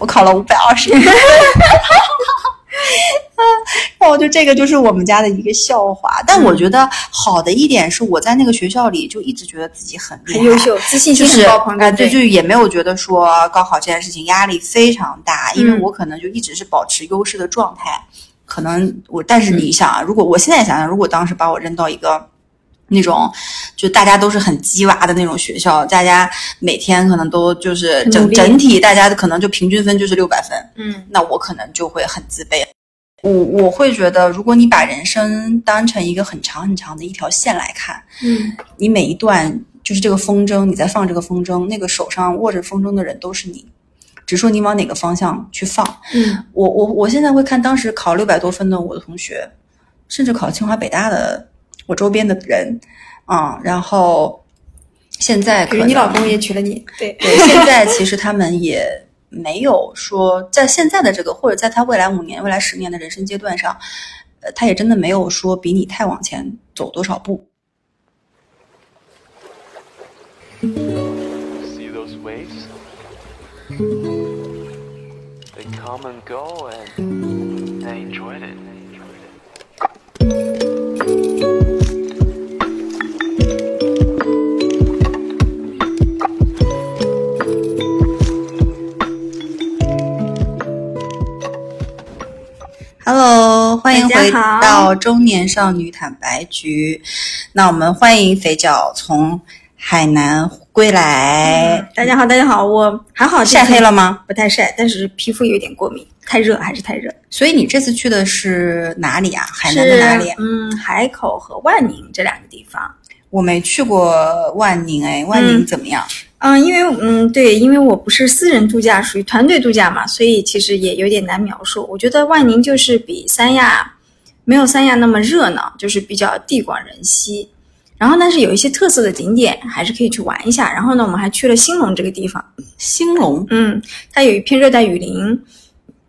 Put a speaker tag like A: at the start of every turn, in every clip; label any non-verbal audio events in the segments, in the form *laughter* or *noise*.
A: 我考了五百二十。 *laughs* 然后哦就这个就是我们家的一个笑话，但我觉得好的一点是我在那个学校里就一直觉得自己很厉害
B: 很优秀，自信
A: 就
B: 心
A: 是
B: 很爆棚，
A: 哎
B: 感
A: 对，
B: 觉
A: 就也没有觉得说高考这件事情压力非常大，因为
B: 嗯
A: 我可能就一直是保持优势的状态。可能我，但
B: 嗯
A: 是你想啊，如果我现在想想，如果当时把我扔到一个那种就大家都是很鸡娃的那种学校，大家每天可能都就是
B: 很努
A: 整
B: 力
A: 整体大家可能就平均分就是六百分，
B: 嗯
A: 那我可能就会很自卑。我我会觉得，如果你把人生当成一个很长很长的一条线来看，
B: 嗯
A: 你每一段就是这个风筝，你在放这个风筝，那个手上握着风筝的人都是你，只说你往哪个方向去放。
B: 嗯，
A: 我我我现在会看当时考六百多分的我的同学，甚至考清华北大的我周边的人，啊、然后现在可
B: 比如
A: 能
B: 你老公也娶了你，对， *laughs*
A: 对，现在其实他们也没有说在现在的这个，或者在他未来五年、未来十年的人生阶段上，呃，他也真的没有说比你太往前走多少步。
C: See those waves? They come and go, and I enjoyed it.
A: Hello，欢迎
B: 大家
A: 回
B: 好
A: 到中年少女坦白局。那我们欢迎肥脚从海南归来。
B: 大家好，大家好，我还好，
A: 晒黑了吗？
B: 不太晒，但是皮肤有一点过敏，太热还是太
A: *laughs*
B: 热。
A: 所以你这次去的是哪里啊？海南的
B: 是
A: 哪里啊？
B: 嗯，海口和万宁这两个地方。
A: 我没去过万宁，哎，万宁
B: 嗯
A: 怎么样？
B: 嗯，因为嗯，对，因为我不是私人度假，属于团队度假嘛，所以其实也有点难描述。我觉得万宁就是比三亚没有三亚那么热闹，就是比较地广人稀。然后，但是有一些特色的景点还是可以去玩一下。然后呢，我们还去了兴隆这个地方，
A: 兴隆，
B: 嗯，它有一片热带雨林。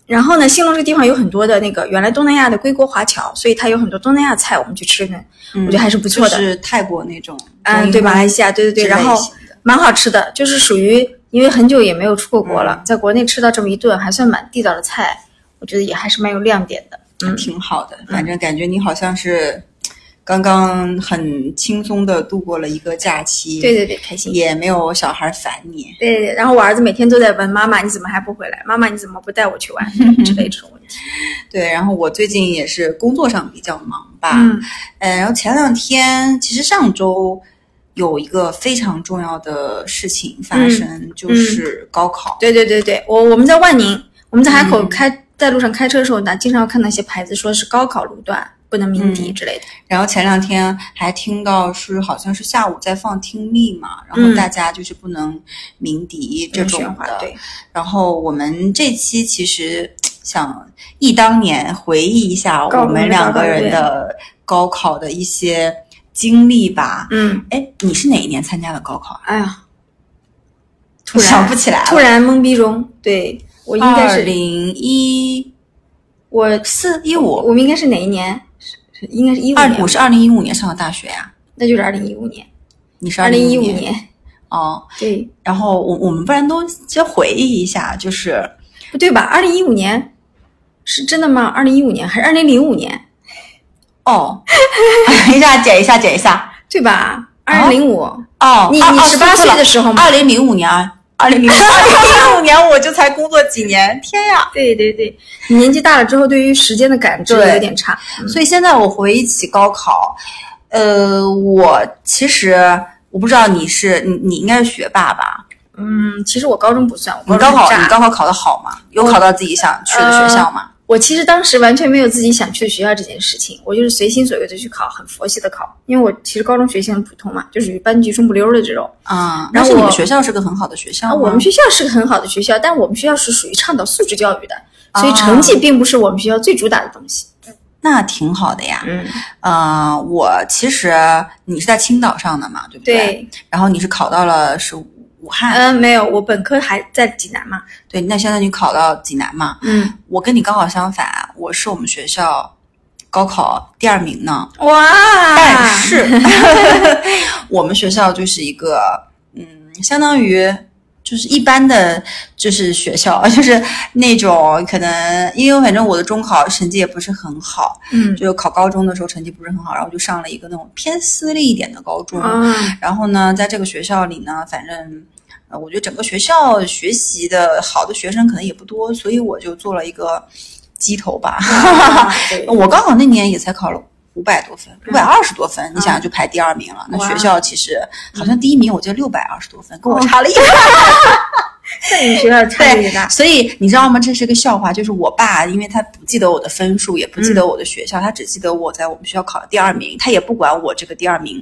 B: 然后呢，兴隆这个地方有很多的那个原来东南亚的归国华侨，所以它有很多东南亚菜，我们去吃呢，
A: 嗯
B: 我觉得还是不错的。
A: 就是泰国那种，
B: 嗯，对，马来西亚，对对对，
A: 之
B: 然
A: 类
B: 后
A: 型的
B: 蛮好吃的，就是属于因为很久也没有出过国
A: 嗯
B: 了，在国内吃到这么一顿还算蛮地道的菜，我觉得也还是蛮有亮点的。嗯，
A: 挺好的。反正感觉你好像是刚刚很轻松的度过了一个假期，
B: 对对对，开心。
A: 也没有小孩烦你。
B: 对对对，然后我儿子每天都在问妈妈：“你怎么还不回来？妈妈，你怎么不带我去玩？”
A: *laughs*
B: 之类这种问题。
A: 对，然后我最近也是工作上比较忙吧，
B: 嗯
A: 呃，然后前两天其实上周有一个非常重要的事情发生，就是高考。
B: 嗯对对对对，我我们在万宁，我们在海
A: 嗯
B: 口开、在路上开车的时候呢，经常看到一些牌子说是高考路段不能鸣笛
A: 嗯
B: 之类的。
A: 然后前两天还听到是好像是下午在放听力嘛，然后
B: 嗯
A: 大家就是不能鸣笛这种
B: 喧哗
A: 的，
B: 对，
A: 然后我们这期其实想忆当年，回忆一下
B: 高
A: 我们两个人
B: 高
A: 的高考的一些经历吧。
B: 嗯，
A: 哎，你是哪一年参加的高考啊？
B: 哎
A: *laughs*
B: 呀，突然
A: 想不起来了。
B: 突然懵逼中，对我应该
A: 二
B: 是
A: 零一
B: 我
A: 四一
B: 我
A: 五，
B: 我们应该是哪一年？是是应该是一五
A: 二
B: 年吧，
A: 我是二零一五年上的大学呀、
B: 那就是二零一五年，
A: 你是
B: 二零
A: 一
B: 一五
A: 年
B: 年，
A: 哦。
B: 对，
A: 然后我我们不然都先回忆一下，就是
B: 不对吧？二零一五年是真的吗？二零一五年还是二零零五年？ *laughs*
A: 哦，等一下解一下解一下
B: 对吧？二零零五，
A: 啊哦。
B: 你
A: 啊
B: 你
A: 哦
B: 十八
A: 对
B: 岁
A: 了
B: 的时候吗
A: 二？零零五年啊，二零零二零零五
B: *laughs*
A: 年我就才工作几年，天呀！
B: 对对对，你年纪大了之后，对于时间的感知
A: 对
B: 有点差。
A: 所以现在我回忆起高考，呃，我其实我不知道你是你你应该是学霸吧？
B: 嗯，其实我高中不算，
A: 你
B: 我
A: 高
B: 中
A: 考
B: 很
A: 你
B: 炸
A: 高考考得好吗？有考到自己想去的学校吗？
B: 我其实当时完全没有自己想去的学校这件事情，我就是随心所欲的去考，很佛系的考，因为我其实高中学习很普通嘛，就属于班级中不溜儿的这种。
A: 啊，
B: 然
A: 但
B: 后
A: 是你
B: 我
A: 们学校是个很好的学校
B: 啊，
A: 吗？
B: 我们学校是个很好的学校，但我们学校是属于倡导素质教育的，所以
A: 啊
B: 成绩并不是我们学校最主打的东西。
A: 那挺好的呀。
B: 嗯，
A: 嗯、我其实你是在青岛上的嘛，对不对？
B: 对，
A: 然后你是考到了是武汉，
B: 嗯，没有，我本科还在济南嘛。
A: 对，那相当于考到济南嘛。
B: 嗯，
A: 我跟你刚好相反，我是我们学校高考第二名呢。
B: 哇，哎
A: 但 *laughs* 是我们学校就是一个，嗯，相当于就是一般的，就是学校，就是那种可能，因为反正我的中考成绩也不是很好，
B: 嗯
A: 就考高中的时候成绩不是很好，然后就上了一个那种偏私立一点的高中， *laughs*
B: 啊，
A: 然后呢，在这个学校里呢，反正呃，我觉得整个学校学习的好的学生可能也不多，所以我就做了一个鸡头吧。
B: 对
A: *laughs* 我高考那年也才考了。五百多分，五百二十多分，你想想就排第二名了。那
B: 哇
A: 学校其实好像第一名，我记得六百二十多分，跟我差了一百。
B: 在你们学校差距也大，
A: 所以你知道吗？这是个笑话，就是我爸，因为他不记得我的分数，也不记得我的学校，他只记得我在我们学校考了第二名，他也不管我这个第二名。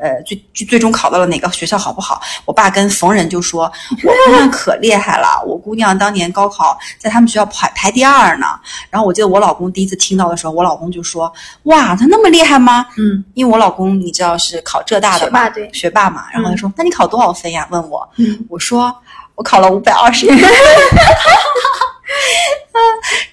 A: 呃，最最最终考到了哪个学校好不好？我爸跟逢人就说：“我姑娘可厉害了，我姑娘当年高考在他们学校排排第二呢。”然后我记得我老公第一次听到的时候，我老公就说：“哇，她那么厉害吗？”
B: 嗯，
A: 因为我老公你知道是考浙大的
B: 学霸
A: 嘛
B: 对
A: 学霸嘛，然后他说：“那你考多少分呀？”问我，
B: 嗯
A: 我说我考了五百二十 *laughs* 一分。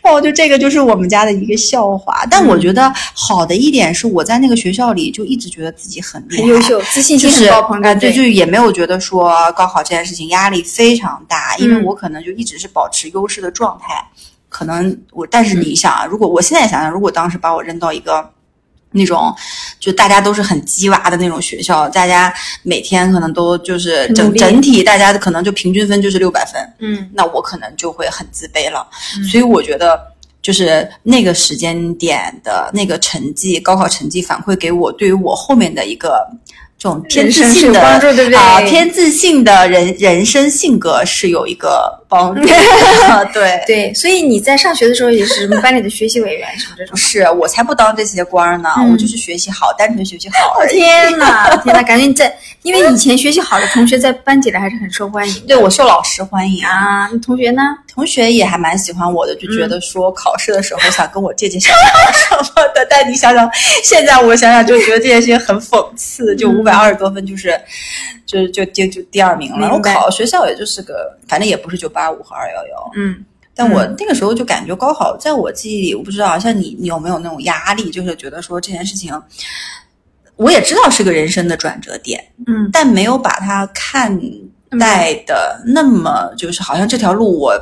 A: 然后就这个就是我们家的一个笑话，但
B: 嗯
A: 我觉得好的一点是我在那个学校里就一直觉得自己很厉害
B: 很优，秀，自信
A: 就
B: 心
A: 是
B: 很高膨
A: 哎
B: 胀，
A: 对，就也没有觉得说高考这件事情压力非常大，因为
B: 嗯
A: 我可能就一直是保持优势的状态。可能我，但
B: 嗯
A: 是你想啊，如果我现在想想，如果当时把我扔到一个那种就大家都是很鸡娃的那种学校，大家每天可能都就是
B: 很努
A: 整
B: 力
A: 整体大家可能就平均分就是六百分，
B: 嗯
A: 那我可能就会很自卑了。
B: 嗯
A: 所以我觉得，就是那个时间点的那个成绩，高考成绩反馈给我，对于我后面的一个这种偏
B: 人
A: 自
B: 生是
A: 信
B: 有
A: 的
B: 帮助，对不对？
A: 啊、偏自信的人人生性格是有一个帮
B: *laughs*
A: 助的。 *laughs* 对，
B: 对，所以你在上学的时候也是我们班里的学习委员什么这
A: 不 *laughs*
B: 种。
A: 是我才不当这些官儿呢，
B: 嗯
A: 我就是学习好，单纯学习好而已。
B: *laughs* 天呐，天呐，感觉你在，因为以前学习好的同学在班级里还是很受欢迎的
A: 对我受老师欢迎啊，
B: 啊。你同学呢？
A: 同学也还蛮喜欢我的，就
B: 嗯
A: 觉得说考试的时候想跟我借鉴想法什么的。但你想想，现在我想想就觉得这件事情很讽刺，就
B: 嗯
A: 五百二十多分就是，就就就就第二名了。我
B: 明白
A: 考学校也就是个，反正也不是九八五和二幺幺。
B: 嗯，
A: 但我
B: 嗯
A: 那个时候就感觉高考，在我记忆里，我不知道啊像你，你有没有那种压力，就是觉得说这件事情，我也知道是个人生的转折点，
B: 嗯，
A: 但没有把它看待的那么，就是好像这条路我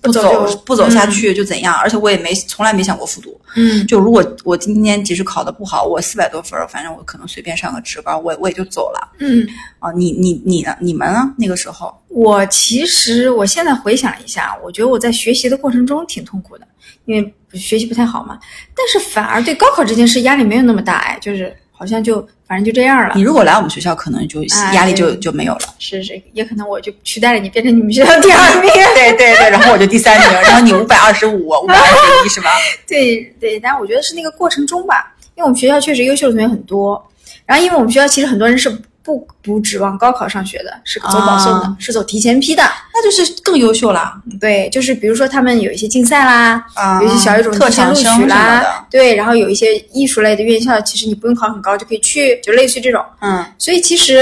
A: 不
B: 走嗯
A: 走
B: 就
A: 不走下去就怎样，而且我也没从来没想过复读。
B: 嗯，
A: 就如果我今天即使考的不好，我四百多分儿，反正我可能随便上个职高，我我也就走了
B: 嗯，
A: 啊。你你你呢？你们呢？那个时候，
B: 我其实我现在回想一下，我觉得我在学习的过程中挺痛苦的，因为学习不太好嘛。但是反而对高考这件事压力没有那么大，哎，就是好像就反正就这样了
A: 你。如果来我们学校，可能就
B: 哎
A: 压力就就没有了。
B: 是是，也可能我就取代了你，变成你们学 *laughs* 校第二名。 *laughs*
A: 对对对，然后我就第三名，然后你五百二十五，五百二十一是吧？
B: 对对，但我觉得是那个过程中吧，因为我们学校确实优秀的同学很多，然后因为我们学校其实很多人是不不指望高考上学的，是走保送的，
A: 啊
B: 是走提前批的。嗯
A: 那就是更优秀啦，
B: 对，就是比如说他们有一些竞赛啦， *laughs*
A: 啊
B: 有一些小语种
A: 特
B: 提前
A: 长
B: 录
A: 生什
B: 取
A: 么的
B: 啦，，对，然后有一些艺术类的院校，其实你不用考很高就可以去，就类似于这种。
A: 嗯，
B: 所以其实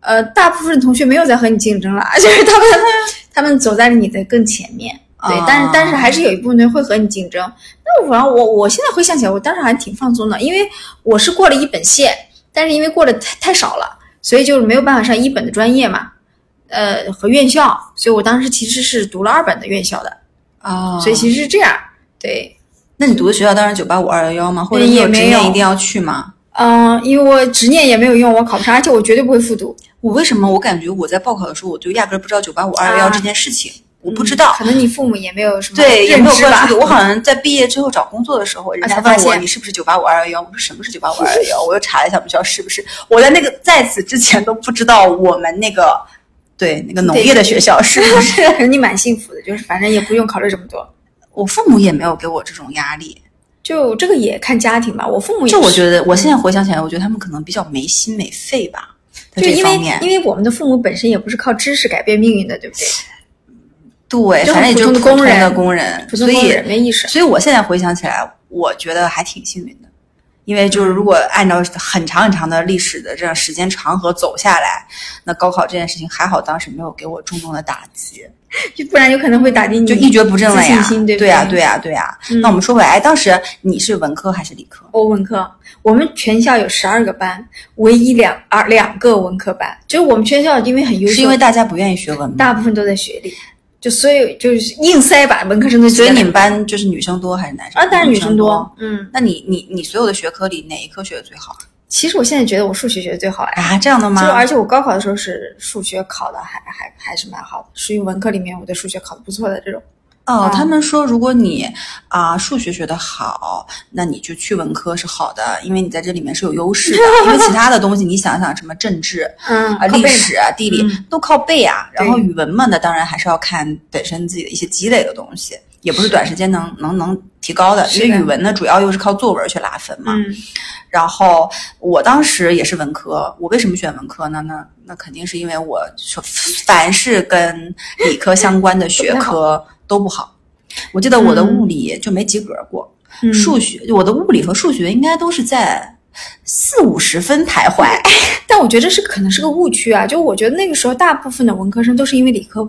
B: 呃，大部分同学没有在和你竞争了， *laughs* 就是他们他们走在了你的更前面。对，
A: 啊
B: 但是但是还是有一部分人会和你竞争。那我反正我我现在回想起来，我当时还挺放松的，因为我是过了一本线，但是因为过的太太少了，所以就是没有办法上一本的专业嘛，呃和院校，所以我当时其实是读了二本的院校的，
A: 哦，
B: 所以其实是这样。对，
A: 那你读的学校当然九八五二幺幺嘛，或者
B: 嗯
A: 你
B: 也
A: 有执
B: 没
A: 念
B: 有
A: 一定要去吗？
B: 嗯、因为我执念也没有用，我考不上，而且我绝对不会复读。
A: 我为什么我感觉我在报考的时候，我就压根儿不知道九八五二幺幺
B: 啊
A: 这件事情，我不
B: 嗯
A: 知道。
B: 可能你父母也没有什么
A: 啊对，也
B: 认
A: 没有
B: 知吧
A: 关注。我好像在毕业之后找工作的时候，人
B: 啊
A: 家
B: 才
A: 问
B: 发
A: 我
B: 现
A: 你是不是九八五二幺幺，我说什么是九八五二幺幺，我又查了一下，我们学校是不是？我在那个在此之前都不知道我们那个对那个农
B: 对
A: 业的学校
B: *laughs*
A: 是不是？
B: 可能你蛮幸福的，就是反正也不用考虑这么多。
A: 我父母也没有给我这种压力，
B: 就这个也看家庭吧，我父母也
A: 就我
B: 是
A: 觉得我现在回想起来，我觉得他们可能比较没心没肺吧，在
B: 就
A: 这
B: 因为
A: 方面
B: 因。为我们的父母本身也不是靠知识改变命运的，对不对？
A: 对，
B: 就
A: 反正也
B: 很
A: 就是
B: 普通的
A: 普
B: 工
A: 通的
B: 人
A: 工人，
B: 普
A: 所
B: 通工
A: 以
B: 人没意识。
A: 所以我现在回想起来，我觉得还挺幸运的，因为就是如果按照很长很长的历史的这样时间长河走下来，那高考这件事情还好当时没有给我重重的打击，
B: 就不然有可能会打击你
A: 就一蹶不振了呀
B: 嗯自信心，对不
A: 对呀、啊对呀、对呀、
B: 嗯
A: 那我们说回来，哎当时你是文科还是理科？
B: 我哦文科，我们全校有十二个班，唯一两二两个文科班，就是我们全校因为很优秀，
A: 是因为大家不愿意学文吗？
B: 大部分都在学历，就所以就是硬塞把文科生都挤
A: 所
B: 在
A: 以你们班就是女生多还是男生？
B: 啊，当然女生多。，嗯，
A: 那你你你所有的学科里哪一科学的最好
B: 其实我现在觉得我数学学的最好哎。
A: 啊？这样的吗？
B: 就而且我高考的时候是数学考的还还还是蛮好的，属于文科里面我对数学考的不错的这种。
A: 哦
B: 嗯，
A: 他们说如果你啊、数学学得好，那你就去文科是好的，因为你在这里面是有优
B: *laughs*
A: 势的。因为其他的东西，你想想什么政治
B: 嗯
A: 啊、历史啊、地理、
B: 嗯
A: 都靠背啊，然
B: 对
A: 后语文嘛的，当然还是要看本身自己的一些积累的东西，也不是短时间能能能提高的。
B: 是
A: 因为
B: 的
A: 语文呢，主要又是靠作文去拉分嘛。
B: 嗯，
A: 然后我当时也是文科，我为什么选文科呢？那那肯定是因为我说凡是跟理科相关的学科都不好。我记得我的物理就没及格过，
B: 嗯
A: 数学我的物理和数学应该都是在四五十分徘徊。
B: 但我觉得这是可能是个误区啊，就我觉得那个时候大部分的文科生都是因为理科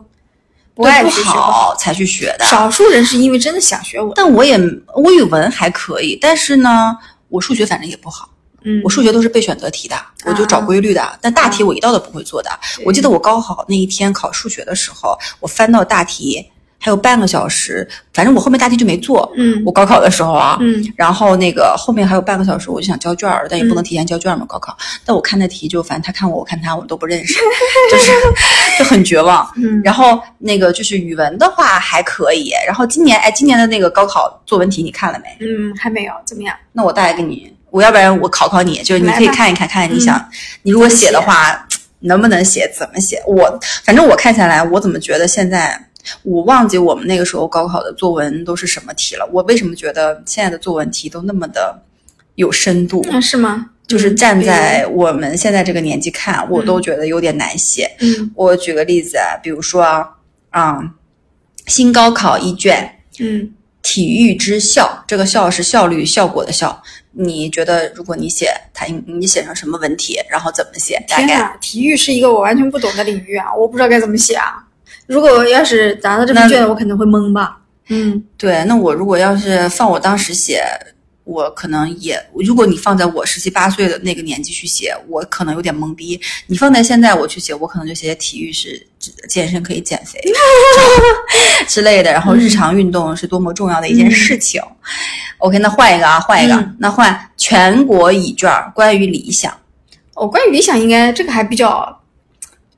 B: 不爱
A: 都
B: 去
A: 不
B: 学不好，
A: 好才去学的。
B: 少数人是因为真的想学文。
A: 但我也我语文还可以，但是呢，我数学反正也不好。
B: 嗯
A: 我数学都是背选择题的，我就找规律的，但大题我一道都不会做的。我记得我高考那一天考数学的时候，我翻到大题还有半个小时，反正我后面大题就没做。
B: 嗯
A: 我高考的时候啊，
B: 嗯
A: 然后那个后面还有半个小时，我就想交卷儿，但也不能
B: 嗯
A: 提前交卷嘛，高考。但我看那题就，反正他看我，我看他，我都不认识， *laughs* 就是就很绝望。
B: 嗯，
A: 然后那个就是语文的话还可以，然后今年哎，今年的那个高考作文题你看了没？
B: 嗯还没有怎么样？
A: 那我带给你，我要不然我考考你，就是你可以
B: 来吧
A: 看一看，看看你
B: 嗯
A: 想，你如果写的话，能不能写，怎么写？我反正我看下来，我怎么觉得现在我忘记我们那个时候高考的作文都是什么题了？我为什么觉得现在的作文题都那么的有深度？
B: 那是吗？
A: 就是
B: 嗯
A: 站在我们现在这个年纪看，我都
B: 嗯
A: 觉得有点难写。
B: 嗯
A: 我举个例子啊，比如说啊，嗯，新高考一卷，
B: 嗯
A: 体育之效，这个效是效率、效果的效。你觉得如果你写它，应你写成什么文体，然后怎么写？大
B: 天
A: 概
B: 哪，体育是一个我完全不懂的领域啊，我不知道该怎么写啊。如果要是拿到这份
A: 那
B: 卷，我可能会懵吧。嗯
A: 对。那我如果要是放我当时写，我可能也，如果你放在我十七八岁的那个年纪去写，我可能有点懵逼。你放在现在我去写，我可能就写体育是指健身可以减
B: *laughs*
A: 肥之类的，然后日常运动是多么重要的一件事情。OK，那换一个啊，换一个，
B: 嗯
A: 那换全国乙卷儿关于理想。
B: 哦，关于理想，应该这个还比较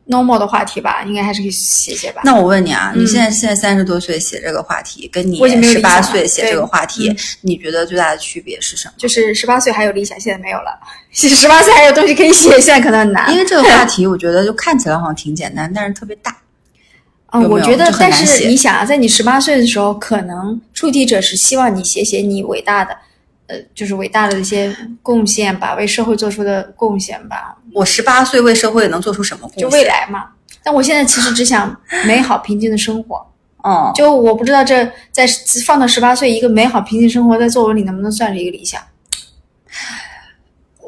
B: normal 的话题吧，应该还是可以写写吧。
A: 那我问你啊，
B: 嗯
A: 你现在现在三十多岁写这个话题，跟你
B: 我已经没有
A: 十
B: 理想
A: 八
B: 了
A: 岁写这个话题
B: 对嗯，
A: 你觉得最大的区别是什么？
B: 就是十八岁还有理想，现在没有了。十八岁还有东西可以写，现在可能很难。
A: 因为这个话题，我觉得就看起来好像挺简单，但是特别大。
B: 啊、
A: 有没有
B: 我觉得
A: 就，很
B: 但
A: 难
B: 是
A: 写
B: 你想啊，在你十八岁的时候，可能出题者是希望你写写你伟大的，呃，就是伟大的一些贡献吧，为社会做出的贡献吧，
A: 我十八岁为社会能做出什么贡献？
B: 嗯就未，来嘛。但我现在其实只想美好平静的生活。
A: 嗯，
B: 就我不知道这在放到十八岁，一个美好平静生活在作文里能不能算是一个理想？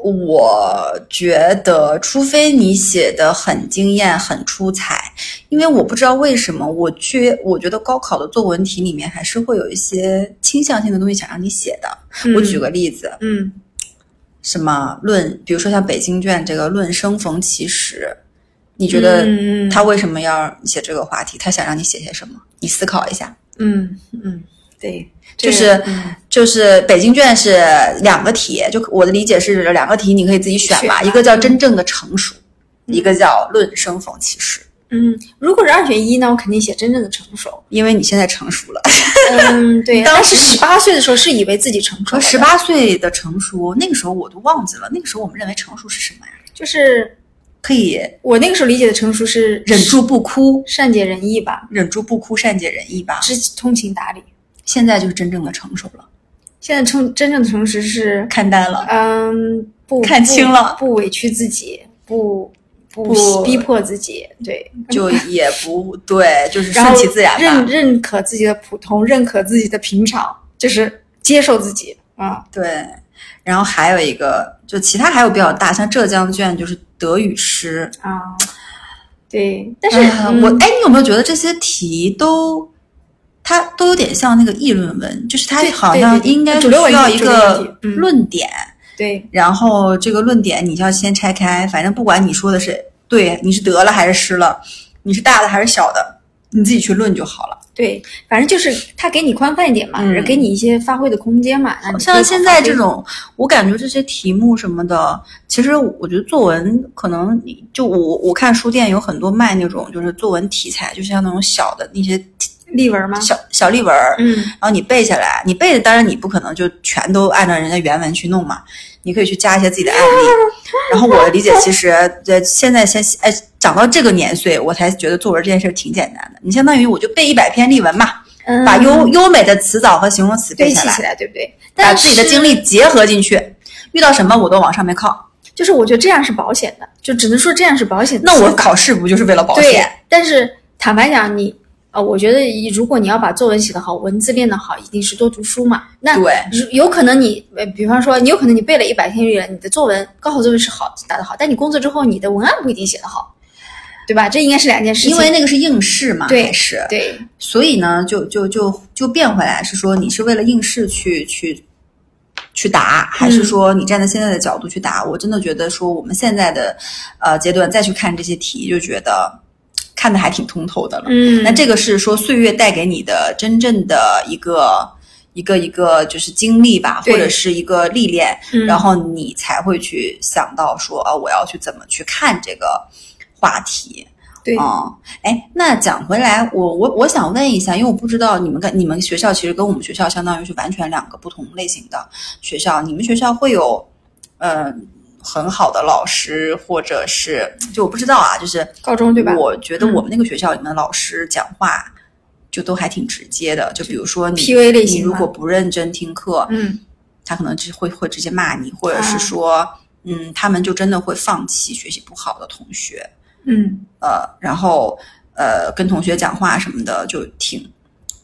A: 我觉得，除非你写的很惊艳、很出彩，因为我不知道为什么，我去，我觉得高考的作文题里面还是会有一些倾向性的东西想让你写的。我举个例子，
B: 嗯，
A: 什么论，比如说像北京卷这个“论生逢其时”，你觉
B: 嗯
A: 得
B: 嗯嗯
A: 他为什么要写这个话题？他想让你写些什么？你思考一下。
B: 嗯嗯，对，
A: 就
B: 这
A: 是
B: 个嗯
A: 就是北京卷是两个题，就我的理解是两个题，你可以自己选嗯嘛，
B: 选吧
A: 一个叫真正的成熟，一个叫论生逢其时。
B: 嗯，如果是二选一呢，我肯定写真正的成
A: *laughs*
B: 熟。
A: 因为你现在成熟了，
B: 嗯，对。
A: 当
B: 但是
A: 时
B: 十八岁的时候是以为自己成
A: 说
B: 熟了
A: 哦十
B: 的，
A: 八岁的成熟，那个时候我都忘记了，那个时候我们认为成熟是什么呀？
B: 就是
A: 可以
B: 我那个时候理解的成熟是
A: 忍住不哭，
B: 善解人意吧，
A: 忍住不哭，善解人意吧。
B: 知通情达理。
A: 现在就是真正的成熟了，
B: 现在成真正的成熟是，
A: 看淡了。
B: 嗯，不
A: 看清了
B: 不，不委屈自己，不不
A: 不
B: 逼迫自己，对，
A: 就也不 *laughs* 对，就是
B: 然后
A: 顺其自然
B: 认
A: 吧。
B: 认可自己的普通，认可自己的平常，就是接受自己啊、
A: 对，然后还有一个，就其他还有比较大，像浙江卷就是德语诗。
B: 啊、对，但是、
A: 哎
B: 嗯
A: 我哎，你有没有觉得这些题都，它都有点像那个议论文，就是它
B: 对
A: 好
B: 对
A: 像
B: 对对呃
A: 应该
B: 主
A: 是
B: 流文
A: 需要
B: 体
A: 一
B: 主流文体
A: 个
B: 嗯
A: 论点，
B: 对
A: 然后这个论点你要先拆开，反正不管你说的是对，你是得了还是失了，你是大的还是小的，你自己去论就好了。
B: 对，反正就是他给你宽泛一点嘛，
A: 嗯
B: 给你一些发挥的空间嘛。让你更
A: 像
B: 好
A: 现
B: 发
A: 在
B: 挥
A: 这，种，我感觉这些题目什么的，其实我觉得作文可能你就我我看书店有很多卖那种就是作文题材，就像那种小的那些
B: 例文吗？
A: 小小例文儿，
B: 啊嗯，
A: 然后你背下来，你背的当然你不可能就全都按照人家原文去弄嘛，你可以去加一些自己的案例。然后我的理解其实，呃，现在先哎长到这个年岁，我才觉得作文这件事儿挺简单的。你相当于我就背一百篇例文嘛，
B: 嗯
A: 把优优美的词藻和形容词
B: 堆
A: 背下
B: 砌起
A: 来，
B: 来，对不对？
A: 把
B: 但
A: 自己的
B: 是
A: 经历结合进去，遇到什么我都往上面靠。
B: 就是我觉得这样是保险的，就只能说这样是保险的
A: 那
B: 做法。
A: 我考试不就是为了保
B: 对
A: 险？，
B: 但是坦白讲，你呃，我觉得如果你要把作文写得好，文字练得好，一定是多读书嘛。那
A: 对
B: 如有可能你呃，比方说你有可能你背了一百天语言，你的作文高考作文是好打得好，但你工作之后你的文案不一定写得好，对吧？这应该是两件事情。
A: 因为那个是应试嘛，
B: 对
A: 还是
B: 对
A: 所以呢，就就就就变回来是说，你是为了应试去去去答，还是说你站在现在的角度去答？我真的觉得说，我们现在的呃阶段再去看这些题，就觉得看的还挺通透的了。
B: 嗯
A: 那这个是说岁月带给你的真正的一个一个一个就是经历吧，
B: 对
A: 或者是一个历练，
B: 嗯
A: 然后你才会去想到说啊，我要去怎么去看这个话题。
B: 对、
A: 哦，哎，那讲回来，我我我想问一下，因为我不知道你们跟你们学校其实跟我们学校相当于是完全两个不同类型的学校，你们学校会有，嗯、很好的老师，或者是就我不知道啊，就是
B: 高中对吧
A: 我觉得
B: 嗯
A: 我们那个学校里面的老师讲话就都还挺直接的，就比如说你
B: PUA 类
A: 你
B: 型
A: 如
B: 吗
A: 果不认真听课，
B: 嗯，
A: 他可能就会会直接骂你，或者
B: 啊
A: 是说，嗯，他们就真的会放弃学习不好的同学。
B: 嗯
A: 呃，然后呃跟同学讲话什么的，就挺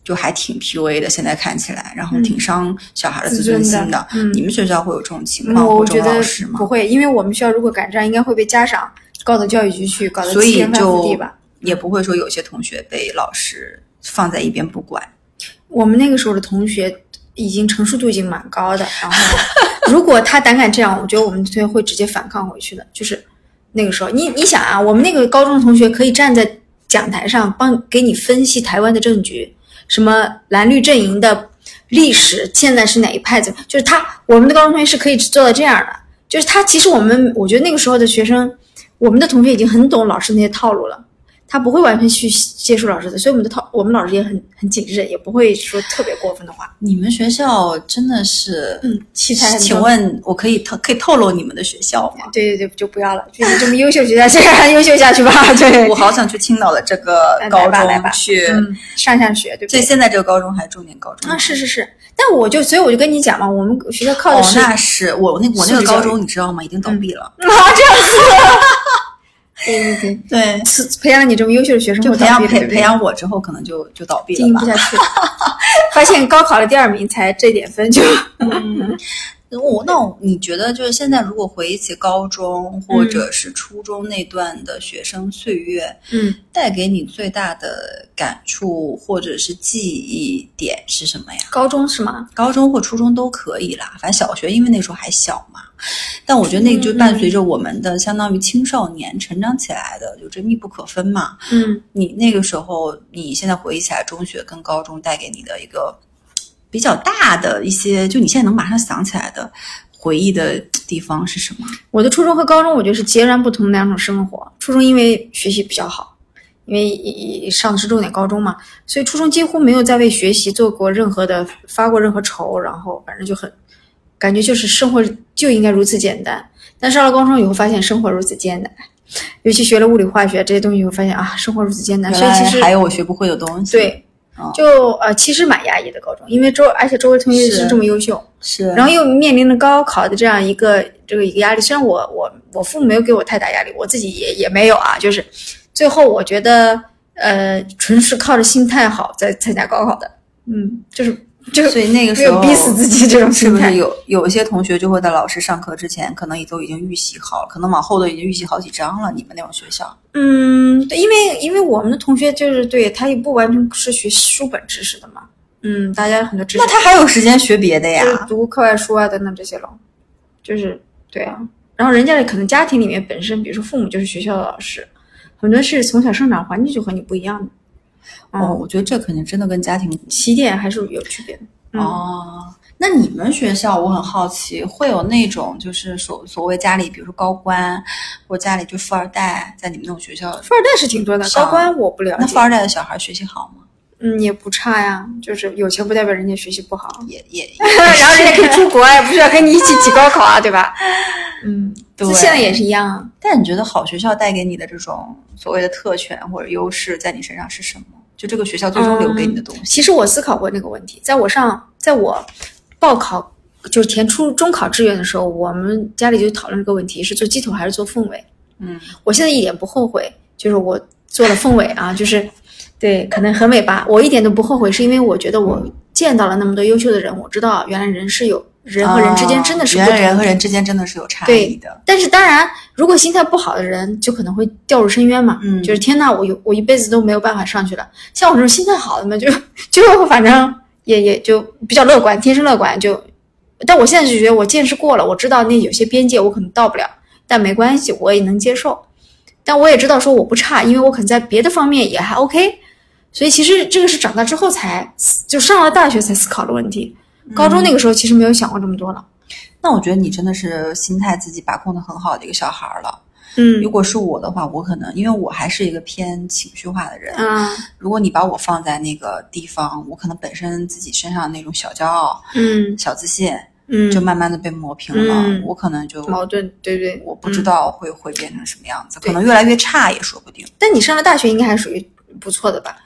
A: 就还挺 PUA 的。现在看起来，然后
B: 嗯
A: 挺伤小孩的自
B: 自
A: 尊
B: 尊
A: 心
B: 的嗯
A: 你们学校会有这种情况
B: 我
A: 或
B: 我
A: 者这
B: 觉
A: 种
B: 得
A: 老师吗
B: 不？会，因为我们学校如果敢这样，应该会被家长告到教育局去，搞得
A: 所
B: 七
A: 以
B: 天翻
A: 就
B: 覆地吧。嗯
A: 也不会说有些同学被老师放在一边不管。
B: 我们那个时候的同学已经成熟度已经蛮高的，然后如果他胆敢这样，我觉得我们同学会直接反抗回去的。就是那个时候，你你想啊，我们那个高中的同学可以站在讲台上帮给你分析台湾的政局，什么蓝绿阵营的历史，现在是哪一派怎么，就是他我们的高中同学是可以做到这样的。就是他其实我们我觉得那个时候的学生，我们的同学已经很懂老师那些套路了。他不会完全去接触老师的，所以我们的套我们老师也很很谨慎，也不会说特别过分的话。
A: 你们学校真的是，
B: 嗯，器材很多
A: 请问我可以透可以透露你们的学校吗？
B: 对对对，就不要了， *laughs* 就你这么优秀学校，先让他优秀下去吧。 *laughs* 对，
A: 我好想去青岛的这个
B: 来
A: 高
B: 吧来
A: 中
B: 吧
A: 去，
B: 嗯，上下学对不
A: 所以
B: 对？
A: 现在这个高中还是重点高中
B: 啊，是是是，但我就所以我就跟你讲嘛，我们学校靠
A: 哦
B: 的是、，
A: 那是我那我那
B: 素
A: 个
B: 质
A: 高
B: 教育嗯
A: 中你知道吗？已经倒闭了。
B: 对对对，
A: 对，
B: 此培养你这么优秀的学生
A: 就
B: 会
A: 培
B: 倒
A: 养
B: 闭的，
A: 培
B: 对不对
A: 培养我之后，可能就就倒闭
B: 经营
A: 了吧
B: 不。下去了， *laughs* 发现高考了第二名才这点分就
A: 我那我你觉得，就是现在如果回忆起高中或者是初中那段的学生岁月，
B: 嗯。
A: 带给你最大的感触或者是记忆点是什么呀？
B: 高中是吗？
A: 高中或初中都可以啦，反正小学因为那时候还小嘛。但我觉得那个就伴随着我们的相当于青少年成长起来的，就这密不可分嘛。
B: 嗯，
A: 你那个时候，你现在回忆起来，中学跟高中带给你的一个比较大的一些，就你现在能马上想起来的回忆的地方是什么？
B: 我的初中和高中，我觉得是截然不同的两种生活。初中因为学习比较好，因为一一上的是重点高中嘛，所以初中几乎没有再为学习做过任何的发过任何愁，然后反正就很感觉就是生活就应该如此简单。但上了高中以后，发现生活如此艰难，尤其学了物理化学这些东西以后，发现啊，生活如此艰难。所以其实
A: 还有我学不会的东西。，
B: 对
A: 哦，
B: 就呃，其实蛮压抑的高中，因为周而且周围同学
A: 是
B: 是这么优秀，
A: 是。
B: 然后又面临着高考的这样一个这个一个压力，虽然我我我父母没有给我太大压力，我自己也也没有啊，就是最后我觉得呃，纯是靠着心态好在参加高考的，嗯，就是就
A: 所以那个
B: 没
A: 时
B: 有
A: 候
B: 逼死自己这种
A: 是
B: 心
A: 不
B: 态
A: 是。有有一些同学就会在老师上课之前，可能也都已经预习好了，可能往后都已经预习好几章了。你们那种学校，
B: 嗯，对，因为因为我们的同学就是对他也不完全是学书本知识的嘛，嗯，大家很多知识
A: 那他还有时间学别的呀？
B: 就是读课外书啊等等这些咯，就是对啊。然后人家可能家庭里面本身，比如说父母就是学校的老师，很多是从小生长环境就和你不一样的，嗯，
A: 哦，我觉得这肯定真的跟家庭
B: 起点还是有区别的。嗯，
A: 哦，那你们学校我很好奇，会有那种就是所所谓家里，比如说高官，或家里就富二代，在你们那种学校，
B: 富二代是啊挺多的，
A: 上
B: 高官我不了
A: 那富
B: 解，
A: 二代的小孩学习好吗？
B: 嗯，也不差呀，就是有钱不代表人家学习不好，
A: 也也也
B: *laughs* 然后人家可以出国啊，也不是要跟你一起挤高考啊，对吧？嗯，
A: 对
B: 这现在也是一样啊。
A: 但你觉得好学校带给你的这种所谓的特权或者优势，在你身上是什么？就这个学校最终留给你的东西？
B: 其实我思考过这个问题，在我上，在我报考就是填初中考志愿的时候，我们家里就讨论这个问题，是做鸡头还是做凤尾。
A: 嗯，
B: 我现在一点不后悔，就是我做了凤尾啊，就是对，可能很尾巴，我一点都不后悔，是因为我觉得我见到了那么多优秀的人，我知道原来人是有人和人之间真的是不
A: 啊
B: 同
A: 原来
B: 的
A: 人和人之间真的是有差异的。
B: 但是当然，如果心态不好的人，就可能会掉入深渊嘛。
A: 嗯
B: 就是天呐，我有我一辈子都没有办法上去了。像我这种心态好的嘛，就就反正也也就比较乐观，天生乐观就。但我现在就觉得我见识过了，我知道那有些边界我可能到不了，但没关系，我也能接受。但我也知道说我不差，因为我可能在别的方面也还 OK。所以其实这个是长大之后才就上了大学才思考的问题，高中那个时候其实没有想过这么多了。
A: 那我觉得你真的是心态自己把控的很好的一个小孩儿了。
B: 嗯
A: 如果是我的话，我可能因为我还是一个偏情绪化的人，
B: 啊
A: 如果你把我放在那个地方，我可能本身自己身上那种小骄傲、
B: 嗯
A: 小自信，
B: 嗯，
A: 就慢慢的被磨平了。
B: 嗯
A: 我可能就
B: 矛盾，对不对？
A: 我不知
B: 嗯。
A: 道会、会变成什么样子，
B: 对
A: 可能越来越差也说不定。
B: 嗯但你上了大学，应该还属于不错的吧？